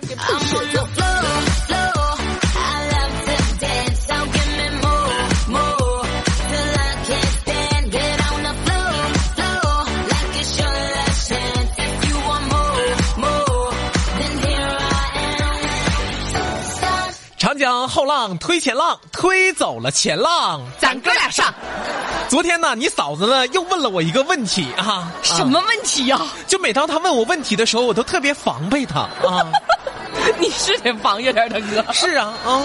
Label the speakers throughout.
Speaker 1: 些破鞋子。
Speaker 2: 长江后浪推前浪，推走了前浪。
Speaker 3: 咱哥俩上，
Speaker 2: 昨天呢，你嫂子呢又问了我一个问题啊，
Speaker 3: 什么问题呀、
Speaker 2: 就每当她问我问题的时候，我都特别防备她啊。
Speaker 3: 你是得防着点儿的哥。
Speaker 2: 是啊啊，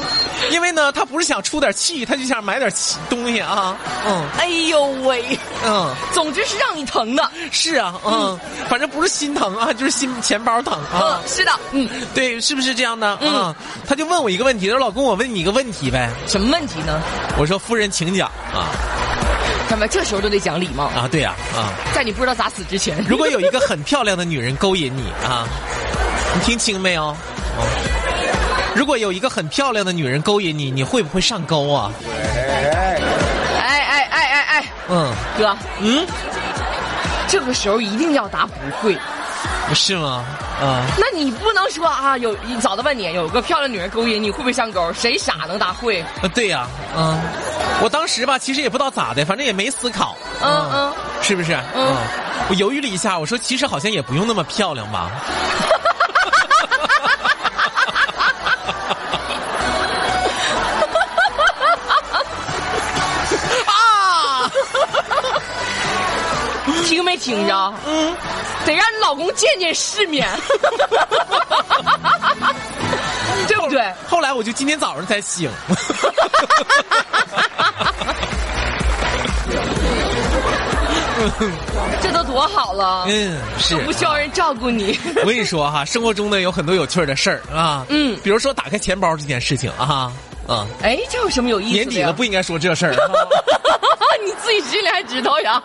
Speaker 2: 因为呢，她不是想出点气，她就想买点气东西啊。嗯
Speaker 3: 哎呦喂，
Speaker 2: 嗯，
Speaker 3: 总之是让你疼的。
Speaker 2: 是啊，嗯，反正不是心疼啊，就是心钱包疼啊。
Speaker 3: 嗯，是的，嗯，
Speaker 2: 对，是不是这样的？
Speaker 3: 嗯
Speaker 2: 啊，她就问我一个问题，她说老公，我问你一个问题呗。
Speaker 3: 什么问题呢？
Speaker 2: 我说夫人，请讲啊
Speaker 3: 咱们这时候都得讲礼貌，
Speaker 2: 啊，对呀啊啊
Speaker 3: 在你不知道咋死之前。
Speaker 2: 如果有一个很漂亮的女人勾引你啊，你听清没有？哦如果有一个很漂亮的女人勾引你，你会不会上钩啊？
Speaker 3: 哎哎哎哎哎，
Speaker 2: 嗯
Speaker 3: 哥，
Speaker 2: 嗯，
Speaker 3: 这个时候一定要答不会。
Speaker 2: 是吗？啊，
Speaker 3: 那你不能说啊，有早的问你，有个漂亮女人勾引你，会不会上钩？谁傻能答会？
Speaker 2: 呃对呀、嗯，我当时吧，其实也不知道咋的，反正也没思考，
Speaker 3: 嗯嗯，
Speaker 2: 是不是？
Speaker 3: 嗯
Speaker 2: 啊，我犹豫了一下，我说其实好像也不用那么漂亮 吧。啊，
Speaker 3: 嗯听没听着？嗯，得让你老公见见世面， 对不对？
Speaker 2: 后来我就今天早上才醒。
Speaker 3: 哦这都多好了，
Speaker 2: 嗯，是
Speaker 3: 都。不需要人照 顾你。
Speaker 2: 我跟你说哈，生活中呢有很多有趣儿的事儿啊，
Speaker 3: 嗯
Speaker 2: 比如说打开钱包这件事情啊，啊，
Speaker 3: 哎，这有什么有意思的呀？
Speaker 2: 年底了不应该说这事儿、啊
Speaker 3: 你自己心里还知道 呀？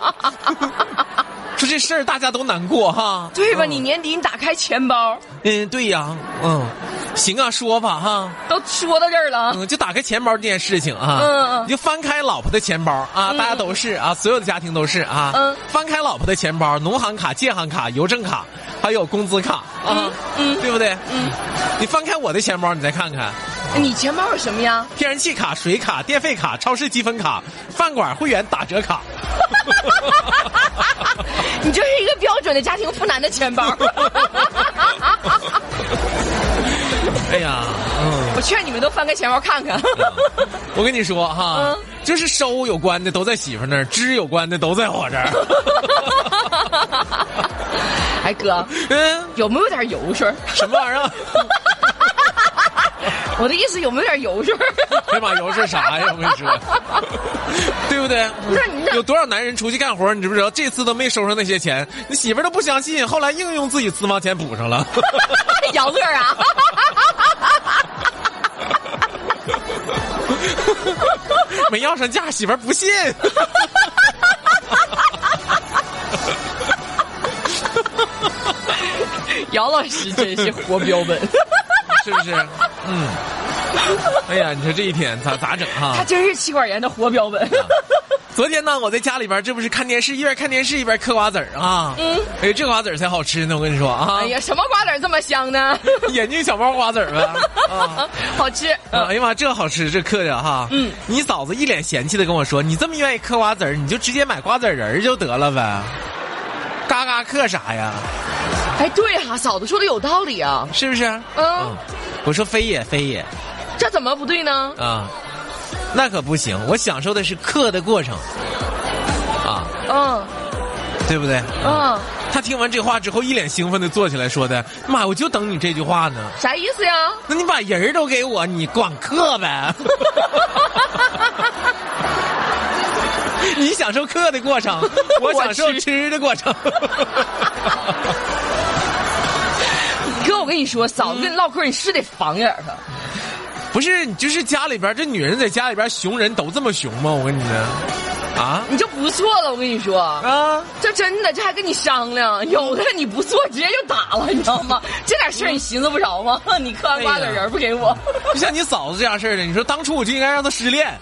Speaker 2: 说这事儿大家都难过哈、
Speaker 3: 对吧？你年底你打开钱包，
Speaker 2: 嗯，对呀、嗯，行啊，说吧哈、
Speaker 3: 都说到这儿了，
Speaker 2: 嗯，就打开钱包这件事情啊，
Speaker 3: 嗯嗯
Speaker 2: 你就翻开老婆的钱包啊，大家都是啊，所有的家庭都是啊，
Speaker 3: 嗯
Speaker 2: 翻开老婆的钱包，农行卡、建行卡、邮政卡，还有工资卡啊，
Speaker 3: 嗯
Speaker 2: 对不对？嗯，你翻开我的钱包，你再看看，
Speaker 3: 你钱包有什么呀？
Speaker 2: 天然气卡、水卡、电费卡、超市积分卡、饭馆会员打折卡。
Speaker 3: 你这是一个标准的家庭妇男的 钱包。
Speaker 2: 哎呀，嗯，
Speaker 3: 我劝你们都翻开钱包看 看。
Speaker 2: 我跟你说哈
Speaker 3: 嗯，
Speaker 2: 就是收有关的都在媳妇那儿，支有关的都在我这 儿。
Speaker 3: 哎哥，
Speaker 2: 嗯，
Speaker 3: 有没有点油水儿？
Speaker 2: 什么玩意儿？
Speaker 3: 我的意思有没有点油水儿？
Speaker 2: 哎呀妈，油是啥呀？我跟你说，对不对？
Speaker 3: 不是你这
Speaker 2: 有多少男人出去干活，你知不知道？这次都没收上那些钱，你媳妇儿都不相信，后来硬用自己私房钱补上了。
Speaker 3: 杨乐儿啊，
Speaker 2: 没要上价，媳妇儿不信。
Speaker 3: 杨老师真是活标 本，
Speaker 2: 是不是？嗯。哎呀，你说这一天咋咋整哈、
Speaker 3: 他真是气管炎的活标 本。
Speaker 2: 昨天呢，我在家里边，这不是看电视，一边看电视一边嗑瓜子儿啊。嗯。哎，这瓜子儿才好吃呢，我跟你说啊。
Speaker 3: 哎呀，什么瓜子儿这么香呢？
Speaker 2: 眼睛小猫瓜子儿呗。啊。
Speaker 3: 好吃。嗯
Speaker 2: 哎呀妈，这好吃，这嗑着哈。
Speaker 3: 嗯。
Speaker 2: 你嫂子一脸嫌弃的跟我说：“你这么愿意嗑瓜子儿，你就直接买瓜子仁儿就得了呗。”嘎嘎嗑啥呀？
Speaker 3: 哎，对哈、嫂子说的有道理啊。
Speaker 2: 是不是？
Speaker 3: 嗯，
Speaker 2: 我说非也非也
Speaker 3: 这怎么不对呢？
Speaker 2: 啊，那可不行，我享受的是嗑的过程啊，
Speaker 3: 嗯
Speaker 2: 对不对？
Speaker 3: 嗯，
Speaker 2: 他听完这话之后，一脸兴奋的坐起来说的：“妈，我就等你这句话呢。
Speaker 3: 啥意思呀？
Speaker 2: 那你把人儿都给我，你光嗑呗。你享受嗑的过程，我享受
Speaker 3: 我吃
Speaker 2: 吃的过程。
Speaker 3: 哥，我跟你说，嫂子跟你唠嗑，你是得防着点儿她。
Speaker 2: 不是，你就是家里边儿这女人在家里边儿熊人都这么熊吗？我跟你说，啊
Speaker 3: 你就不做了，我跟你说，嗯
Speaker 2: 啊，
Speaker 3: 这真的，这还跟你商量，有的你不做直接就打了，你知道吗？这点事儿你寻思不着吗？你嗑完瓜子仁儿不给我，
Speaker 2: 就像你嫂子这样式儿的，你说当初我就应该让她失恋。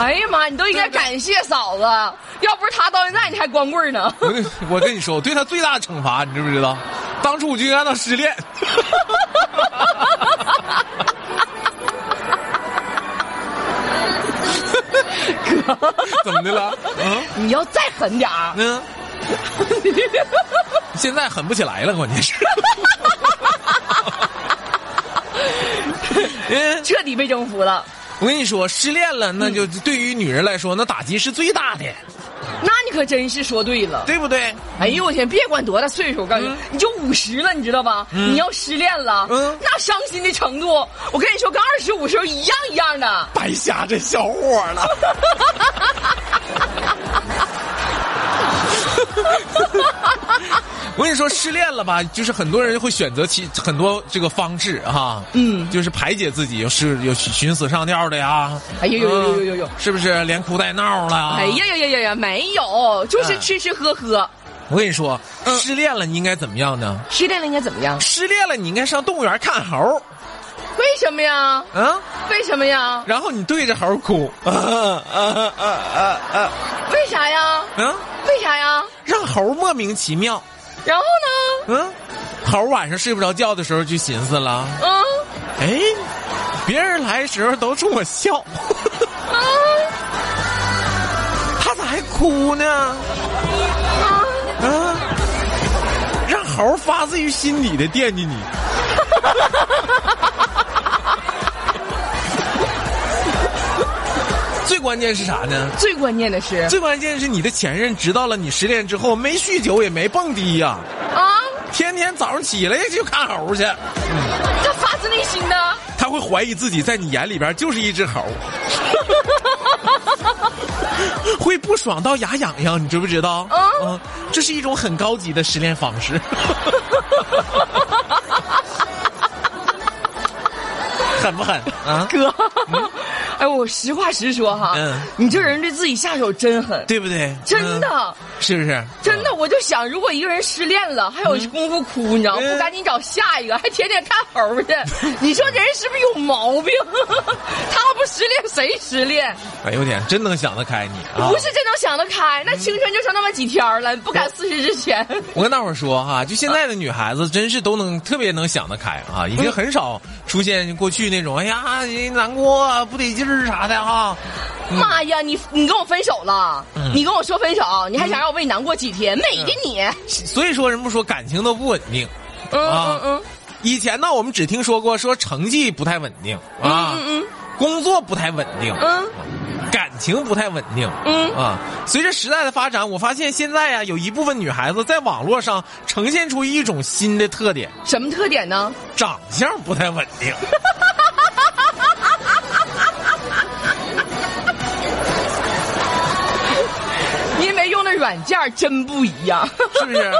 Speaker 3: 哎呀妈，你都应该感谢嫂子， 要不是她到现在你还光棍呢。
Speaker 2: 我跟 我跟你说，我对他最大的惩罚，你知不知道？当初我就应该让他失恋。 怎么的了？嗯
Speaker 3: 你要再狠点 儿，
Speaker 2: 嗯，现在狠不起来了，关键是。 嗯，
Speaker 3: 彻底被征服了。
Speaker 2: 我跟你说，失恋了，那就对于女人来说，那打击是最大的，
Speaker 3: 那你可真是说对了。
Speaker 2: 对不对？
Speaker 3: 哎呦我天，别管多大岁数，我告诉你，你就五十了，你知道吧？你要失恋了，
Speaker 2: 嗯
Speaker 3: 那伤心的程度，我跟你说，跟二十五时候一样一样的。
Speaker 2: 白瞎这小伙了。 我跟你说，失恋了吧，就是很多人会选择其很多这个方式哈、
Speaker 3: 嗯
Speaker 2: 就是排解自己，有是有寻死上吊的呀，
Speaker 3: 哎呦呦呦呦呦呦
Speaker 2: 嗯，是不是连哭带闹了？啊
Speaker 3: 哎呀呀呀呀呀，没有，就是吃吃喝喝。
Speaker 2: 我跟你说，
Speaker 3: 嗯
Speaker 2: 失恋了你应该怎么样呢？
Speaker 3: 失恋了应该怎么样？
Speaker 2: 失恋了你应该上动物园看猴，
Speaker 3: 为什么呀？
Speaker 2: 嗯，
Speaker 3: 为什么呀？
Speaker 2: 然后你对着猴哭，啊啊啊啊啊，
Speaker 3: 为啥呀？
Speaker 2: 嗯，
Speaker 3: 为啥呀？
Speaker 2: 让猴莫名其妙，
Speaker 3: 然后呢？
Speaker 2: 嗯，猴晚上睡不着觉的时候就寻思了，
Speaker 3: 嗯
Speaker 2: 哎，别人来的时候都冲我笑，
Speaker 3: 啊
Speaker 2: 他咋还哭呢？
Speaker 3: 啊！
Speaker 2: 啊，让猴发自于心底的惦记你。最关键是啥呢？
Speaker 3: 最关键的是
Speaker 2: 最关键是你的前任知道了你失恋之后没酗酒也没蹦迪呀、
Speaker 3: 啊，
Speaker 2: 天天早上起来就看猴去，
Speaker 3: 这发自内心的。
Speaker 2: 他会怀疑自己在你眼里边就是一只 猴，会不爽到牙痒痒，你知不知道？
Speaker 3: 嗯
Speaker 2: 嗯，这是一种很高级的失恋方 式，狠不狠 啊？
Speaker 3: 哥，哎，我实话实说哈，
Speaker 2: 嗯
Speaker 3: 你这人对自己下手真狠，
Speaker 2: 对不对？
Speaker 3: 真
Speaker 2: 嗯
Speaker 3: 的，
Speaker 2: 是不是？
Speaker 3: 真的，我就想，如果一个人失恋了，还有功夫哭，你知道吗？
Speaker 2: 嗯
Speaker 3: 不赶紧找下一个， 还天天看猴去， 你说这人是不是有毛病？ 他不失恋谁失恋？
Speaker 2: 哎呦我天，真能想得开你啊！
Speaker 3: 不是真能想得开，那青春就剩那么几天了，不赶四十之前，
Speaker 2: 我跟大伙儿说哈、就现在的女孩子真是都能特别能想得开啊，已
Speaker 3: 嗯
Speaker 2: 经很少出现过去那种哎呀难过啊不得劲儿啥的啊。
Speaker 3: 妈呀，你你跟我分手了，
Speaker 2: 嗯
Speaker 3: 你跟我说分手，你还想让我为你难过几天？美的你，
Speaker 2: 所以说人不说感情都不稳定。
Speaker 3: 嗯嗯
Speaker 2: 啊
Speaker 3: 嗯
Speaker 2: 以前呢，我们只听说过说成绩不太稳定啊，
Speaker 3: 嗯嗯
Speaker 2: 工作不太稳定，
Speaker 3: 嗯
Speaker 2: 感情不太稳定。
Speaker 3: 嗯
Speaker 2: 啊，随着时代的发展，我发现现在啊，有一部分女孩子在网络上呈现出一种新的特点，
Speaker 3: 嗯，什么特点呢？
Speaker 2: 长相不太稳定。
Speaker 3: 因为用的软件儿真不一样。
Speaker 2: 是不是？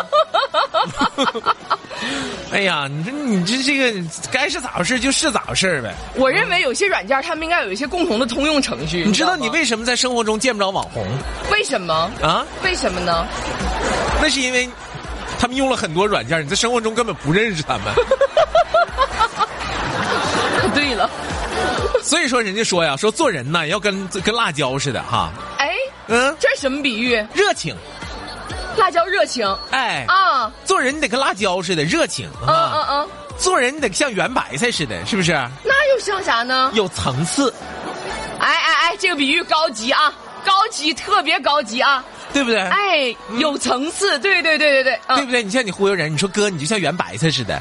Speaker 2: 哎呀，你说你这这个该是咋回事就是咋回事呗。
Speaker 3: 我认为有些软件儿他们应该有一些共同的通用程序。
Speaker 2: 你知道
Speaker 3: 吗
Speaker 2: 你为什么在生活中见不着网红
Speaker 3: 为什么？
Speaker 2: 啊？
Speaker 3: 为什么呢？
Speaker 2: 那是因为他们用了很多软件，你在生活中根本不认识他 们。
Speaker 3: 对了，
Speaker 2: 所以说，人家说呀，说做人呢要跟跟辣椒似的哈，
Speaker 3: 哎，
Speaker 2: 嗯，
Speaker 3: 这是什么比喻？
Speaker 2: 热情，
Speaker 3: 辣椒热情
Speaker 2: 哎，
Speaker 3: 啊！
Speaker 2: 做人你得跟辣椒似的热情
Speaker 3: 嗯嗯
Speaker 2: 啊，
Speaker 3: 嗯，哎
Speaker 2: 做人你得像圆白菜似的，是不是？
Speaker 3: 那又像啥呢？
Speaker 2: 有层次，
Speaker 3: 哎哎哎，这个比喻高级啊，高级，特别高级啊！
Speaker 2: 对不对？
Speaker 3: 哎，有层次，对对对对对，
Speaker 2: 嗯对
Speaker 3: 嗯，
Speaker 2: 不对？你像你忽悠人，你说哥，你就像圆白菜似的，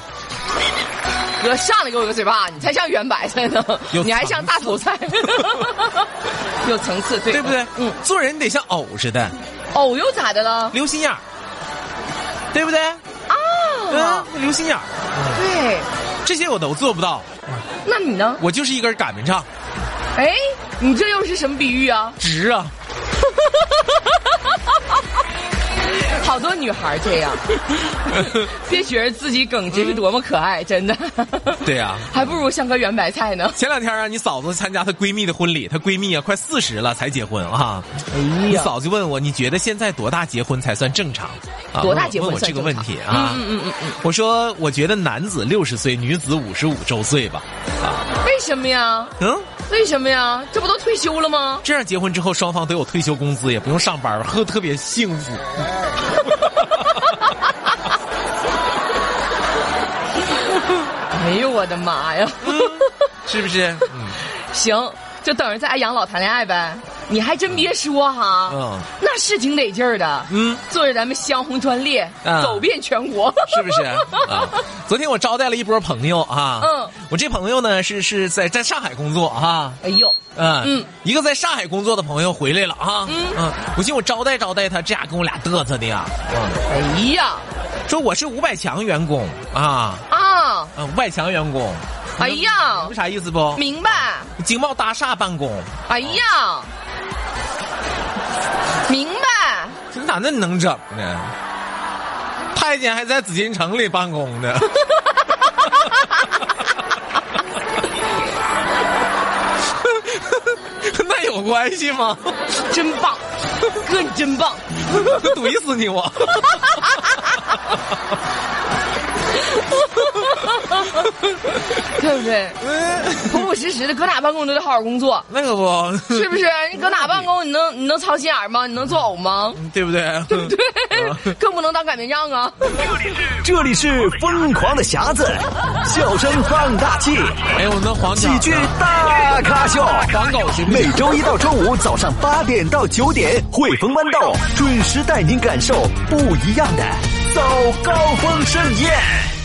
Speaker 3: 哥上来给我个嘴巴，你才像圆白菜呢，
Speaker 2: 有
Speaker 3: 你还像
Speaker 2: 层
Speaker 3: 大 头菜，有层次，对
Speaker 2: 对不对？
Speaker 3: 嗯，
Speaker 2: 做人得像藕似的，
Speaker 3: 哦，又咋的了？
Speaker 2: 留心眼儿，对不对？
Speaker 3: 啊
Speaker 2: 嗯，，留心眼儿，
Speaker 3: 对，
Speaker 2: 这些我都做不到，
Speaker 3: 那你呢？
Speaker 2: 我就是一根擀面杖，
Speaker 3: 哎，你这
Speaker 2: 啊
Speaker 3: 又是什么比喻啊？
Speaker 2: 直啊！
Speaker 3: 好好多女孩这 样，别觉得自己耿直是多么可爱，真的。
Speaker 2: 对呀
Speaker 3: 还不如像个圆白菜呢。
Speaker 2: 前两天啊，你嫂子参加她闺蜜的婚礼，她闺蜜啊快四十了才结婚啊。
Speaker 3: 哎
Speaker 2: 你嫂子问我，你觉得现在多大结婚才算正常？啊
Speaker 3: 多大结
Speaker 2: 问
Speaker 3: 婚
Speaker 2: 我这
Speaker 3: 算
Speaker 2: 个
Speaker 3: 正
Speaker 2: 问
Speaker 3: 常
Speaker 2: 题啊？
Speaker 3: 嗯嗯嗯嗯，
Speaker 2: 我说，我觉得男子六十岁，女子五十五周岁吧。
Speaker 3: 为什么呀？
Speaker 2: 嗯，
Speaker 3: 为什么呀？这不都退休了吗？
Speaker 2: 这样结婚之后，双方都有退休工资，也不用上班，呵，特别幸福。
Speaker 3: 哎呦我的妈呀！
Speaker 2: 是不是？嗯，
Speaker 3: 行，就等着在养老谈恋爱呗。你还真别说哈，
Speaker 2: 嗯
Speaker 3: 那是挺得劲儿的。
Speaker 2: 嗯，
Speaker 3: 坐着咱们香红专列，
Speaker 2: 啊
Speaker 3: 走遍全国。
Speaker 2: 是 不是啊？昨天我招待了一波朋友啊，
Speaker 3: 嗯，
Speaker 2: 我这朋友呢是是在在上海工作啊，
Speaker 3: 哎呦，
Speaker 2: 嗯
Speaker 3: 嗯
Speaker 2: 一个在上海工作的朋友回来了啊，
Speaker 3: 嗯
Speaker 2: 不信我招待招待他，这俩跟我俩嘚瑟的呀，嗯
Speaker 3: 哎呀
Speaker 2: 说我是五百强员工啊，
Speaker 3: 啊，
Speaker 2: 嗯，五百强员工，
Speaker 3: 哎呀
Speaker 2: 有，啥意思不？
Speaker 3: 明白。
Speaker 2: 经贸大厦办公，
Speaker 3: 哎呀，明白。
Speaker 2: 这咋那能整呢？太监还在紫禁城里办公呢。 那有关系吗？
Speaker 3: 真棒， 哥你真棒！
Speaker 2: 怼死你我！
Speaker 3: 对不对？朴朴实实的，搁哪办公都得好好工作，
Speaker 2: 那个不，
Speaker 3: 是不是？你搁哪办公，你能你能操心眼儿吗？你能做呕 吗？
Speaker 2: 对不对？对不对？
Speaker 3: 对，更不能当擀面杖啊！
Speaker 1: 这里是疯狂的匣子，笑声放大器，
Speaker 2: 哎呦，那黄
Speaker 1: 喜
Speaker 2: 角
Speaker 1: 剧大咖秀。
Speaker 2: 黄狗行不
Speaker 1: 每
Speaker 2: 行？
Speaker 1: 周一到周五早上八点到九点，汇丰豌豆准时带您感受不一样的早高峰盛宴。